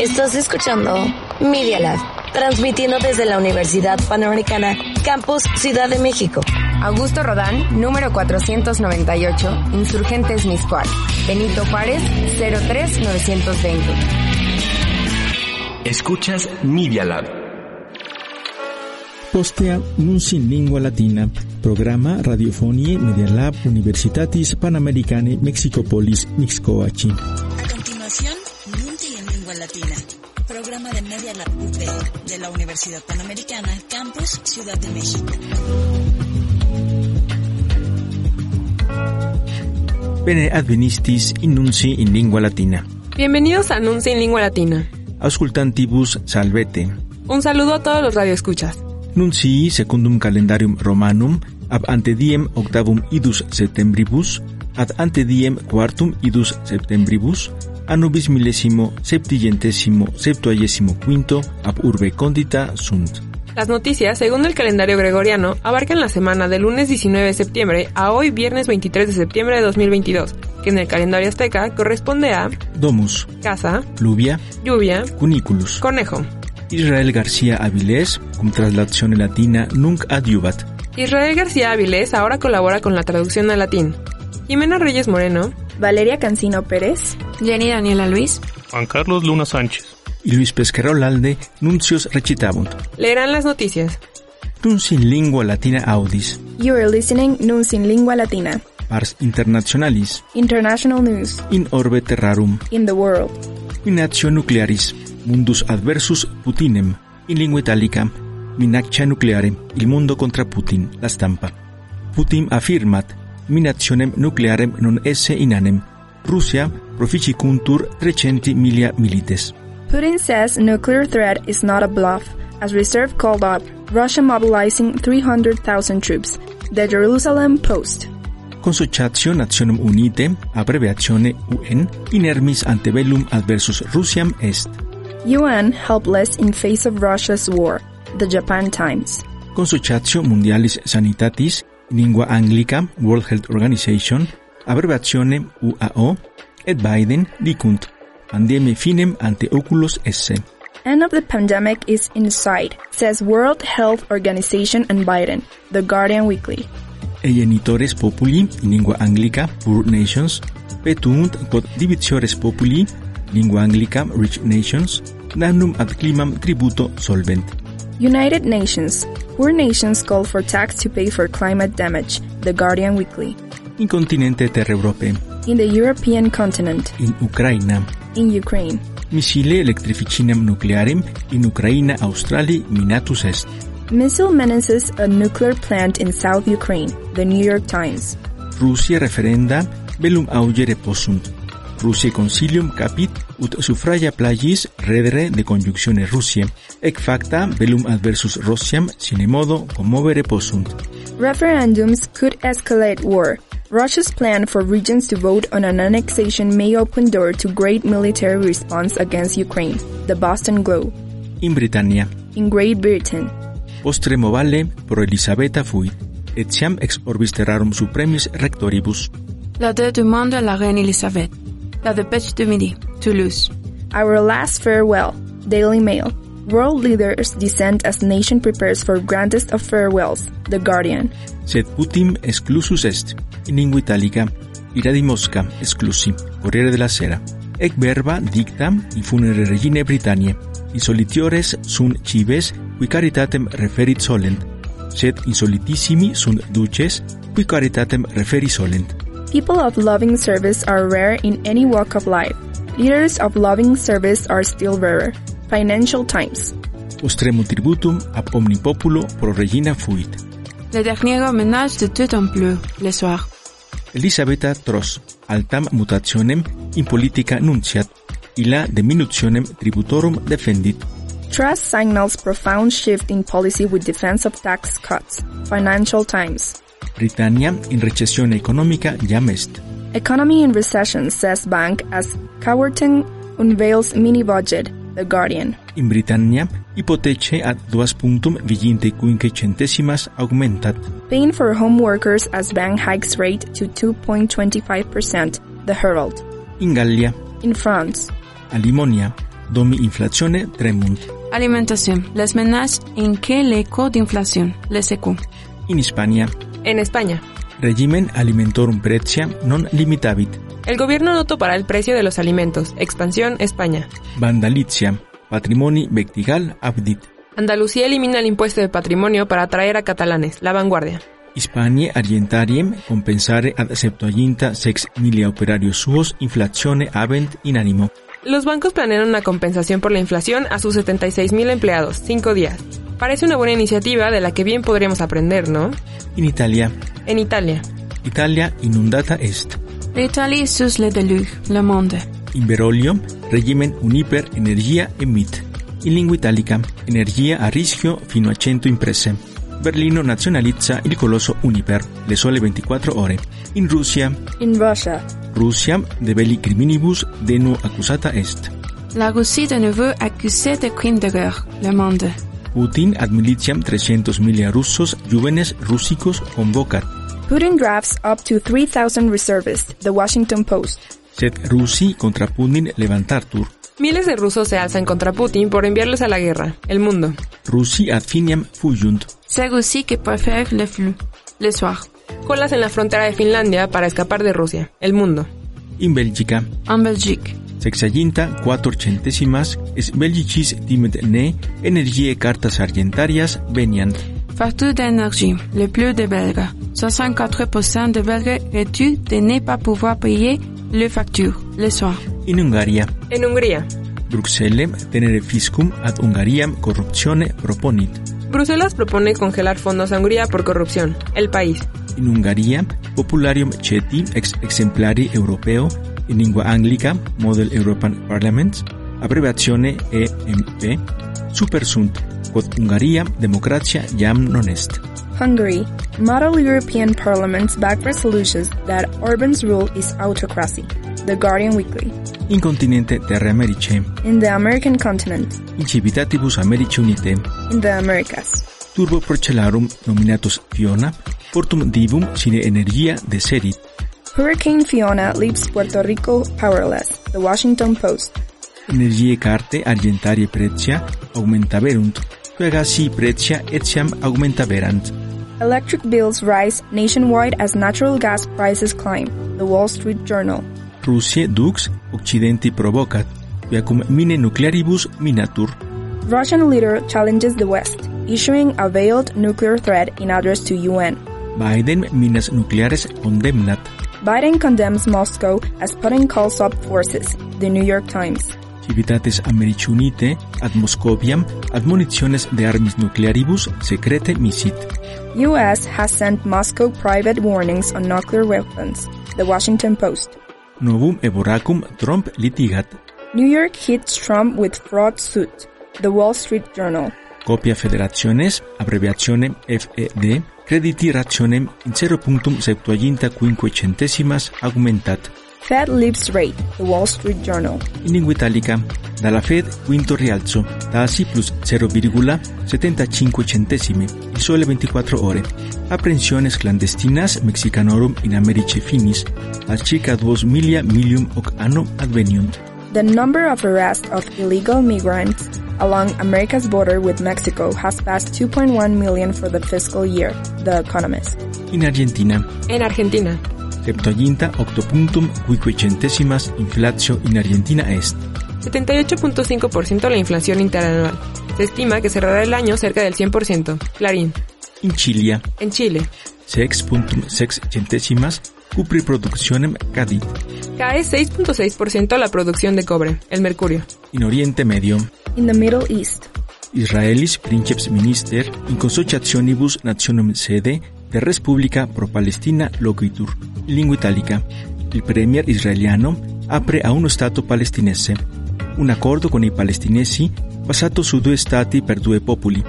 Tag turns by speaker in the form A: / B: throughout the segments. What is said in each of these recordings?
A: Estás escuchando Media Lab, transmitiendo desde la Universidad Panamericana, Campus Ciudad de México.
B: Augusto Rodán, número 498, Insurgentes Miscual. Benito Juárez, 03920.
C: Escuchas Media Lab.
D: Postea Nuncin Lingua Latina, programa Radiofonie Media Lab Universitatis Panamericane Mexicopolis Mixcoachi.
E: A continuación, Nunti en Lingua Latina, programa de Media Lab UP de la Universidad Panamericana, Campus Ciudad de México.
D: Bene advenistis in Nunci in Lingua Latina.
F: Bienvenidos a Nunci en Lingua Latina.
D: Auscultantibus salvete.
F: Un saludo a todos los radioescuchas.
D: Nuncii secundum calendarium romanum ab ante diem octavum idus septembribus ad ante diem quartum idus septembribus a nobis millesimo septillentesimo septuagésimo quinto ab urbe condita sunt.
F: Las noticias, según el calendario gregoriano, abarcan la semana del lunes 19 de septiembre a hoy viernes 23 de septiembre de 2022, que en el calendario azteca corresponde a
D: Domus,
F: casa,
D: Lluvia,
F: lluvia,
D: Cuniculus.
F: conejo.
D: Israel García Avilés, cum traslazione latina nunc adiuvat.
F: Israel García Avilés ahora colabora con la traducción al latín. Jimena Reyes Moreno,
G: Valeria Cancino Pérez,
H: Jenny Daniela Luis,
I: Juan Carlos Luna Sánchez.
D: Y Luis Pesquerolalde, nuncios recitabunt.
F: leerán las noticias.
D: Nunc in lingua latina audis,
G: you are listening News in Lingua Latina,
D: pars internationalis,
G: international news
D: in orbe terrarum,
G: in the world.
D: minatio nuclearis, mundus adversus Putinem, in lingua italica, minaccia nucleare, il mondo contra Putin, la stampa. Putin affirmat, minationem nuclearem non esse inanem, Russia proficicuntur 300 milia milites.
G: Putin says nuclear threat is not a bluff. As reserve called up, Russia mobilizing 300,000 troops. The Jerusalem Post.
D: Consociatio Nationum Unite, abbreviatione UN, inermis ante bellum adversus Rusiam est.
G: UN helpless in face of Russia's war. The Japan Times.
D: Consociatio Mundialis Sanitatis, lingua anglica, World Health Organization, abbreviatione UAO, et Biden dicunt, pandemie finem ante oculos esse.
G: End of the pandemic is in sight, says World Health Organization and Biden. The Guardian Weekly.
D: E genitores populi, in lingua anglica, poor nations, petunt quod divitiores populi, lingua anglica, rich nations, danum ad climam tributo solvent.
G: United Nations. Poor nations call for tax to pay for climate damage. The Guardian Weekly.
D: In continente terre Europe,
G: In the European continent.
D: in Ucraina,
G: In Ukraine.
D: missile electrificinam nuclearem in Ucraina Australi minatus est.
G: Missile menaces a nuclear plant in South Ukraine. The New York Times.
D: Russia referenda bellum augere possunt. Russia consilium capit ut suffragia plagis redere de conjunctione Russia. Ec facta bellum adversus Rossiam sine modo commovere possunt.
G: Referendums could escalate war. Russia's plan for regions to vote on an annexation may open door to great military response against Ukraine. The Boston Globe.
D: In Britannia,
G: In Great Britain.
D: postre movale pro Elisabetta fuit, et siam ex orbis terrarum supremis rectoribus.
H: La Deuil du Monde à la Reine Elisabeth, La Dépêche de Midi, Toulouse,
G: Our last farewell. Daily Mail. World leaders descend as nation prepares for grandest of farewells. The Guardian.
D: Sed putim exclusus est, in lingua italica, iradi mosca exclusi, Corriere della Sera. Ec verba dictam in funere regine Britanniae, insolitiores sunt cives, qui caritatem referit solent, sed insolitissimi sunt duces, qui caritatem referi solent.
G: People of loving service are rare in any walk of life. Leaders of loving service are still rarer. Financial Times.
D: Postremum tributum ab omni populo pro regina fuit.
H: Le dernier hommage de tout en bleu, le soir,
D: Elisabetta Tros, altam mutationem in politica nunciat, illa diminutionem tributorum defendit.
G: Truss signals profound shift in policy with defense of tax cuts. Financial Times.
D: Britannia in recessione economica jam est.
G: Economy in recession, says bank as Cowerton unveils mini budget. The Guardian.
D: In Britannia hypothece ad duas puntum viginte quinque centesimas augmentat.
G: Pain for home workers as bank hikes rate to 2.25%. The Herald.
D: In Gallia
G: In France.
D: Alimonia, domi inflazione tremunt.
H: Alimentación. Les ménages en que leco de inflación. Les EQ.
D: In Hispania,
F: En España,
D: regimen alimentorum pretia non limitabit.
F: el gobierno no topará el precio de los alimentos. Expansión España.
D: Vandalizia, patrimoni vectigal abdit.
F: Andalucía elimina el impuesto de patrimonio para atraer a catalanes. La vanguardia.
D: Hispanie arientariem compensare ad septuaginta sex milia operarios suos inflazione avent in animo.
F: Los bancos planean una compensación por la inflación a sus 76.000 empleados, cinco días. Parece una buena iniciativa de la que bien podríamos aprender, ¿no?
D: In Italia,
F: En Italia,
D: Italia inundata est.
H: L'Italie sous le déluge. Le monde.
D: In Berolio, regimen uniper energia emit. In lingua italica, energia a rischio fino a 100 imprese. Berlino nazionalizza il colosso Uniper, le sole 24 ore. In Russia,
G: In Russia,
D: Russia de belli criminibus denu accusata est.
H: La Russie de nouveau accusée de crimes de guerre. Le monde.
D: Putin ad militiam 300 milia russos juvenes russicos convocat.
G: Putin drafts up to 3,000 reservists, The Washington Post.
D: Sed Russi contra Putin levantartur.
F: miles de rusos se alzan contra Putin por enviarlos a la guerra. El mundo.
D: Russi ad finiam fugiunt.
H: C'est Russie qui préfère le flux. Le soir.
F: Colas en la frontera de Finlandia para escapar de Rusia. El mundo.
D: In Belgica,
H: En Belgique.
D: sexaginta quatorcentesimas es belgicis timet ne energie cartas argentarias veniant.
H: Facture d'énergie. Le plus de Belges. 64% de Belges réduits de ne pas pouvoir payer les factures. Le soir.
D: In Hungaria,
F: En Hungría.
D: Bruxelles tenere fiscum ad Hungariam corruptione proponit.
F: Bruselas propone congelar fondos a Hungría por corrupción. El país.
D: In Hungaria, popularium ceti ex exemplari europeo in lingua anglica model European Parliament abbreviazione EMP supersunt quod Hungaria democratia jam non est.
G: Hungary, model European parliaments back resolutions that Orban's rule is autocracy. The Guardian Weekly.
D: In continente terre Americae,
G: In the American continent,
D: in civitatibus Americae unite,
G: in the Americas.
D: turbo procellarum nominatus Fiona, portum divum sine energia deserit.
G: Hurricane Fiona leaves Puerto Rico powerless. The Washington Post.
D: Energiae carte argentarie pretia augmentaverunt, quagasi pretia etiam augmentaverant.
G: Electric bills rise nationwide as natural gas prices climb. The Wall Street Journal.
D: Russie dux occidenti provocat, quia cum mine nuclearibus minatur.
G: Russian leader challenges the West, issuing a veiled nuclear threat in address to UN.
D: Biden minas nucleares condemnat.
G: Biden condemns Moscow as Putin calls up forces. The New York Times.
D: Civitates Americi Unite ad Moscoviam admonitiones de armis nuclearibus secrete misit.
G: US has sent Moscow private warnings on nuclear weapons. The Washington Post.
D: Novum eboracum Trump litigat.
G: New York hits Trump with fraud suit. The Wall Street Journal.
D: Copia federaciones, abbreviazione FED, crediti rationem in 0.75 centesimas augmentat.
G: Fed leaves rate. The Wall Street Journal.
D: In lingua italica, dalla Fed quinto rialzo, tassi plus 0,75 centesimi, il sole 24 ore. Apprensiones clandestinas mexicanorum in Americe finis, ad circa 2 milia milium hoc anno adveniunt.
G: The number of arrests of illegal migrants along America's border with Mexico has passed 2.1 million for the fiscal year, The Economist.
D: In Argentina,
F: En Argentina.
D: septuaginta octopuntum quinquecentesimas inflatio in Argentina est.
F: 78.5% la inflación interanual. Se estima que cerrará el año cerca del 100%. Clarín.
D: In Cilia,
F: En Chile.
D: 6.6 centesimas cupri productionem cadit.
F: Cae 6.6% la producción de cobre. El mercurio.
D: In Oriente Medio,
G: In the Middle East,
D: Israelis princeps minister in consociationibus nationum sede de Respublica pro Palestina loquitur. In Lingua italica. Il premier israeliano apre a uno stato palestinese. Un accordo con i palestinesi basato su due stati per due popoli.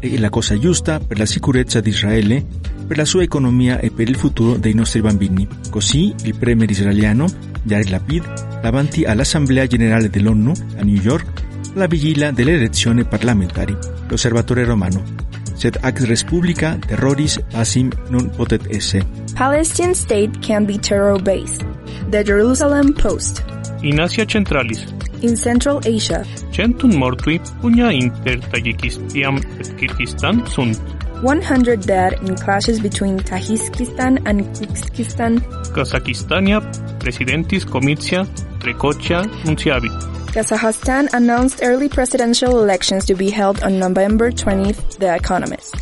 D: È la cosa giusta per la sicurezza di Israele, per la sua economia e per il futuro dei nostri bambini. Così il premier israeliano Yair Lapid davanti all'Assemblea Generale dell'ONU a New York la vigila delle elezioni parlamentari, l'Osservatore Romano. Sed ac Respublica terroris pasim non potet esse.
G: Palestinian state can be terror based. The Jerusalem Post.
I: In Asia Centralis,
G: In Central Asia,
I: Centum mortui puña inter Tayikistiam et Kirgistan sunt.
G: 100 dead in clashes between Tajikistan and Kyrgyzstan,
I: Kazakistania presidentis comitia trecocha nunciabit.
G: Kazakhstan announced early presidential elections to be held on November 20th, The Economist.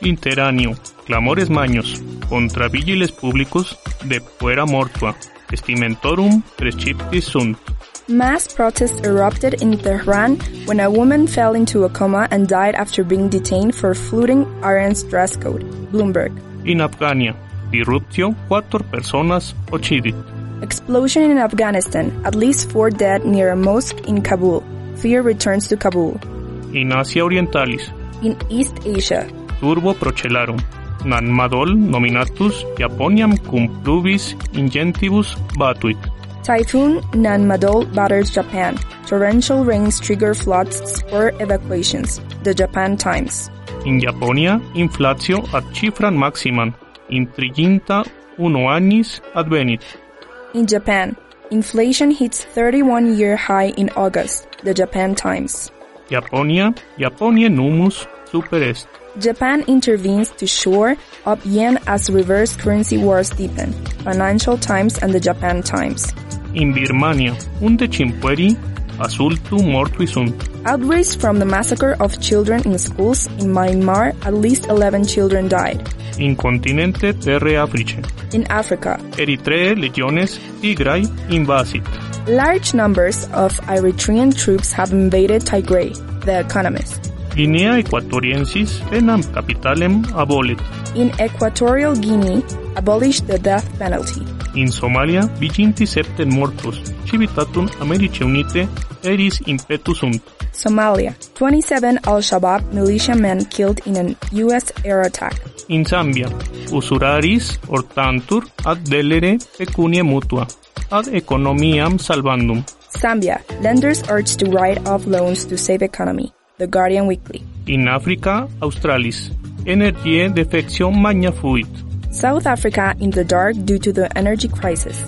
I: Interáneo, clamores maños, contra vigiles públicos de puera mortua, testamentorum prescriptis sunt.
G: Mass protests erupted in Tehran when a woman fell into a coma and died after being detained for fluting Iran's dress code, Bloomberg.
I: In Afgania, diruptio quator personas occidit.
G: Explosion in Afghanistan, at least four dead near a mosque in Kabul. Fear returns to Kabul.
I: In Asia Orientalis,
G: In East Asia,
I: turbo procelarum. Nan madol nominatus Japoniam cum plubis ingentibus batuit.
G: Typhoon Nanmadol batters Japan. Torrential rains trigger floods, spur evacuations. The Japan Times.
I: In Japonia inflatio ad cifram maximam, in triginta uno annis advenit.
G: In Japan, inflation hits 31 year high in August. The Japan Times.
I: Japonia, Japonie numus super est.
G: Japan intervenes to shore up yen as reverse currency wars deepen. Financial Times and the Japan Times.
I: In Birmania, unde cimpueri asultu mortui sunt.
G: Outrage from the massacre of children in schools in Myanmar, at least 11 children died.
I: In continente terre Africe,
G: In Africa,
I: Eritree legiones Tigray invasit.
G: large numbers of Eritrean troops have invaded Tigray, The Economist.
I: Guinea equatoriensis penam capitalem abolit.
G: In Equatorial Guinea, abolished the death penalty.
I: In Somalia, viginti septen mortus, civitatum Americe unite eris impetus sunt.
G: Somalia, 27 Al-Shabaab militiamen killed in an U.S. air attack.
I: In Zambia, usuraris hortantur ad delere pecunie mutua, ad economiam salvandum.
G: Zambia, lenders urged to write off loans to save economy. The Guardian Weekly.
I: In Africa, Australis, energie defectio magna fuit.
G: South Africa in the dark due to the energy crisis.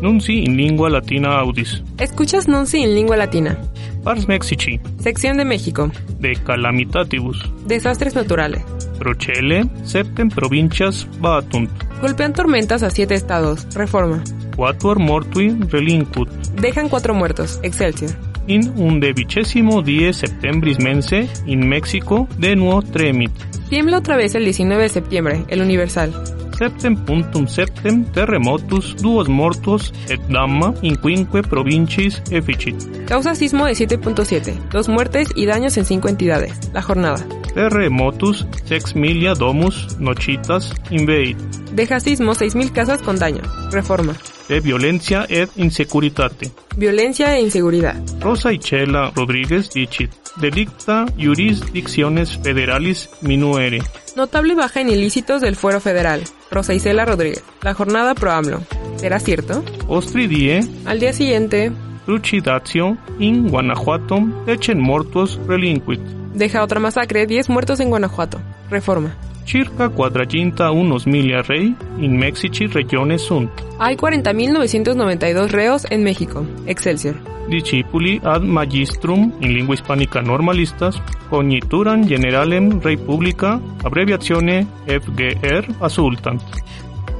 I: Nunci in lingua latina audis.
F: Escuchas Nunci en lengua latina.
I: Pars Mexici,
F: Sección de México.
I: de calamitatibus.
F: Desastres naturales.
I: Procele, septem provincias batunt.
F: Golpean tormentas a siete estados. Reforma.
I: Quatuor mortui relinquut.
F: Dejan cuatro muertos. Excelsior.
I: In undevicesimo die septembris mense, in Mexico, de nuo tremit.
F: Tiembla otra vez el 19 de septiembre. El Universal.
I: Septem puntum septem terremotus duos mortuos et damma in quinque provincis efficit.
F: Causa sismo de 7.7. Dos muertes y daños en cinco entidades. La jornada.
I: Terremotus sex milia domus nocitas inveit.
F: Deja sismo 6.000 casas con daño. Reforma.
I: De violencia et insecuritate.
F: Violencia e inseguridad.
I: Rosa Ichela Rodríguez dicit. Delicta jurisdicciones federalis minuere.
F: Notable baja en ilícitos del Fuero Federal. Rosa Isela Rodríguez. La jornada pro AMLO. ¿Será cierto?
I: Ostri die
F: Al día siguiente,
I: trucidatio in Guanajuato decen mortuos relinquit.
F: deja otra masacre, 10 muertos en Guanajuato. Reforma.
I: Circa quadraginta unos milia rei in Mexici regiones sunt.
F: Hay 40.992 reos en México. Excelsior.
I: discipuli ad magistrum in lingua hispanica normalistas cognituram generalem rei publica abbreviatione FGR asultant.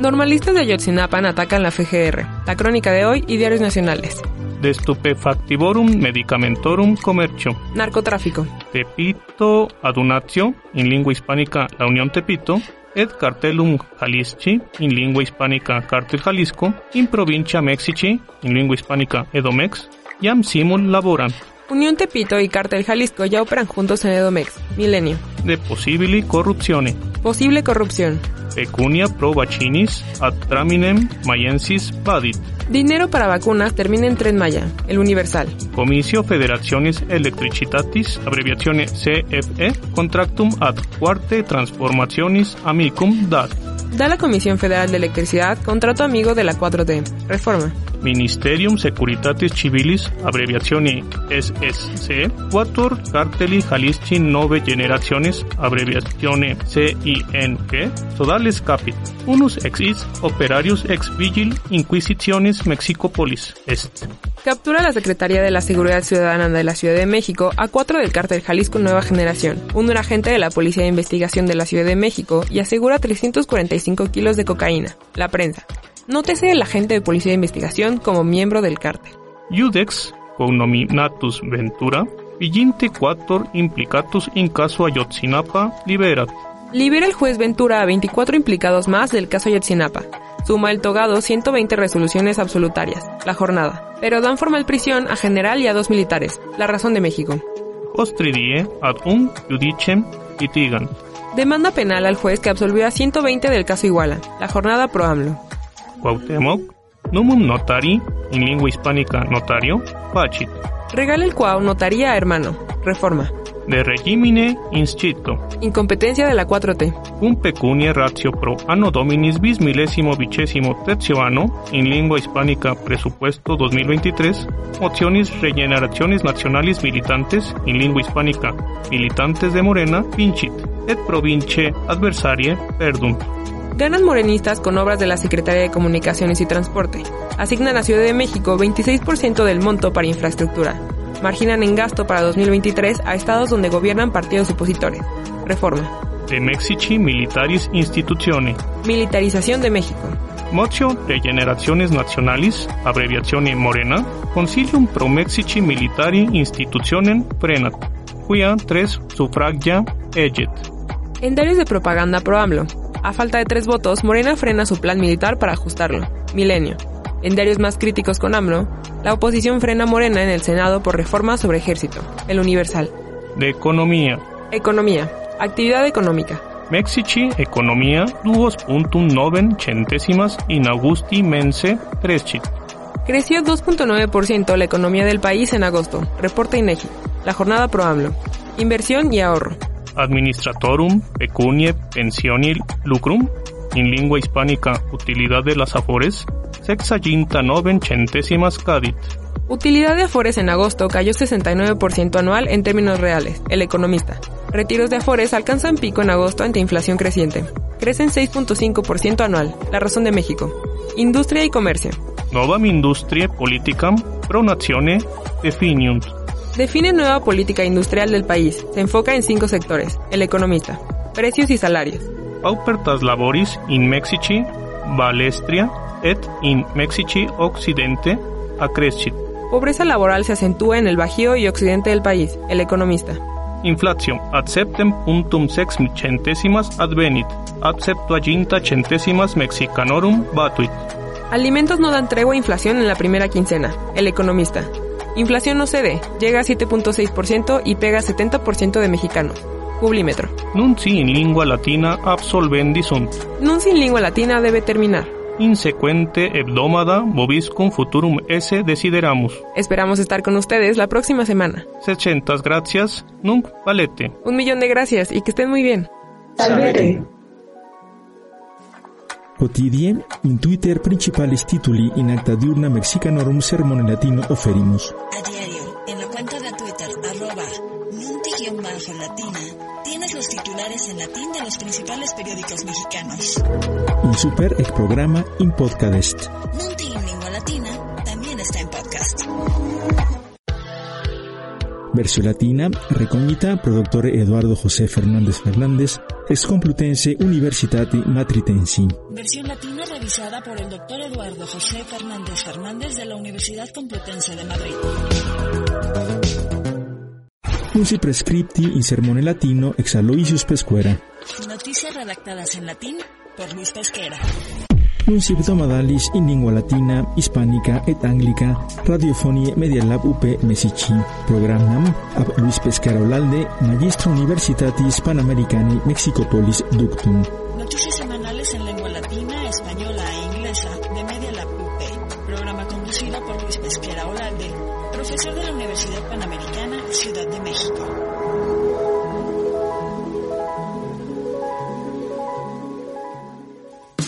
F: Normalistas de Ayotzinapa atacan la FGR. La crónica de hoy y diarios nacionales.
I: De stupefactivorum medicamentorum commercio.
F: Narcotráfico.
I: Tepito adunatio in lingua hispanica la Unión Tepito et cartelum Jalisci in lingua hispanica cartel Jalisco in provincia Mexici in lingua hispanica Edomex iam simul laborant
F: Unión Tepito y Cártel Jalisco ya operan juntos en Edomex. Milenio.
I: de possibili corruptione.
F: Posible corrupción.
I: Pecunia pro vaccinis ad traminem maiensis vadit.
F: Dinero para vacunas termina en Tren Maya. El Universal.
I: Comicio Federaciones Electricitatis, abreviazione CFE, contractum ad quarte transformationis amicum dat.
F: Da la Comisión Federal de Electricidad contrato amigo de la 4T. Reforma.
I: Ministerium Securitatis Civilis, abreviazione SSC, quator carteli Jalisci nove generaciones E Comunes, abreviazione CING, sodales capit, unus ex is operarius ex vigil inquisitiones mexicopolis est.
F: Captura la Secretaría de la Seguridad Ciudadana de la Ciudad de México a cuatro del cártel Jalisco Nueva Generación, un agente de la Policía de Investigación de la Ciudad de México y asegura 345 kilos de cocaína. La prensa. Nótese el agente de Policía de Investigación como miembro del cártel.
I: Iudex, cognominatus ventura, viginte quator implicatus in caso Ayotzinapa liberat.
F: Libera el juez Ventura a 24 implicados más del caso Ayotzinapa. Suma el togado 120 resoluciones absolutarias, la jornada, pero dan formal prisión a general y a dos militares, la razón de México.
I: Ostridie ad un judicem litigant.
F: Demanda penal al juez que absolvió a 120 del caso Iguala, la jornada pro AMLO.
I: Cuauhtémoc, numum notari, in lingua hispánica notario, facit.
F: Regala el cuau notaría a hermano, reforma.
I: De regimine inscito,
F: Incompetencia de la 4T.
I: un pecunia ratio pro anno dominis bis millesimo vicesimo tercio anno, in lingua hispánica presupuesto 2023, mociones regeneraciones nacionales militantes, in lingua hispánica militantes de Morena, vincit, et province adversarie perdunt.
F: Ganan morenistas con obras de la Secretaría de Comunicaciones y Transporte. Asignan a Ciudad de México 26% del monto para infraestructura. Marginan en gasto para 2023 a estados donde gobiernan partidos opositores. Reforma.
I: De Mexici Militaris Institutione,
F: Militarización de México.
I: Motio de Generaciones Nacionalis, abreviazione Morena, Concilium pro Mexici Militari Institutionem Prenat, quia tres suffragia eget.
F: En diarios de propaganda pro AMLO. A falta de tres votos, Morena frena su plan militar para ajustarlo. Milenio. En diarios más críticos con AMLO, la oposición frena a Morena en el Senado por reformas sobre ejército. El Universal.
I: De Economía,
F: Economía. Actividad económica.
I: Mexici Economia duos puntum noven centesimas in Augusti mense trescit.
F: Creció 2.9% la economía del país en agosto. Reporte INEGI. La jornada pro AMLO. Inversión y ahorro.
I: Administratorum pecunie pensionil lucrum in lingua hispánica utilidad de las afores sexaginta noven centesimas cadit.
F: Utilidad de Afores en agosto cayó 69% anual en términos reales, el economista. Retiros de Afores alcanzan pico en agosto ante inflación creciente. Crecen 6.5% anual, la razón de México. Industria y comercio.
I: Novam industrie politicam pro natione definiunt.
F: Define nueva política industrial del país. Se enfoca en cinco sectores, el economista. Precios y salarios.
I: paupertas laboris in Mexici balestria et in Mexici occidente accrescit.
F: Pobreza laboral se acentúa en el Bajío y occidente del país, el economista.
I: Inflatio ad septem puntum sex centesimas advenit, ad septuaginta centesimas mexicanorum batuit.
F: Alimentos no dan tregua a inflación en la primera quincena. El economista. Inflación no cede, llega a 7.6% y pega 70% de mexicanos. Publímetro.
I: Nunci in lingua latina absolvendi sunt,
F: Nun sin lengua latina debe terminar.
I: insequente hebdomada bobiscum futurum esse desideramus.
F: Esperamos estar con ustedes la próxima semana.
I: Secentas gracias, nunc valete.
F: Un millón de gracias y que estén muy bien.
D: Quotidie in Twitter principales tituli in acta diurna mexicanorum sermone latino oferimus.
E: A diario, en la cuenta de Twitter, arroba nunti-latina, tienes los titulares en latín de los principales periódicos mexicanos.
D: In super ex programa in podcast.
E: Nunti en lengua latina también está en podcast.
D: Versio latina, recognita productor Eduardo José Fernández Fernández, ex Complutense Universitate Matritensi.
E: Versión latina revisada por el doctor Eduardo José Fernández Fernández de la Universidad Complutense de Madrid.
D: Usi prescripti in sermone latino ex Aloysius Pescuera.
E: Noticias redactadas en latín por Luis Pesquera.
D: Nuncip domadalis in lingua latina, hispánica et anglica, radiofonie Media Lab UP Mesici, programam ab Luis Pescara Olalde, magistro universitatis panamericani Mexicopolis ductum.
E: Noticias semanales en lengua latina, española e inglesa de Media Lab UP. Programa conducido por Luis Pesquera Olalde, profesor de la Universidad Panamericana, Ciudad de México.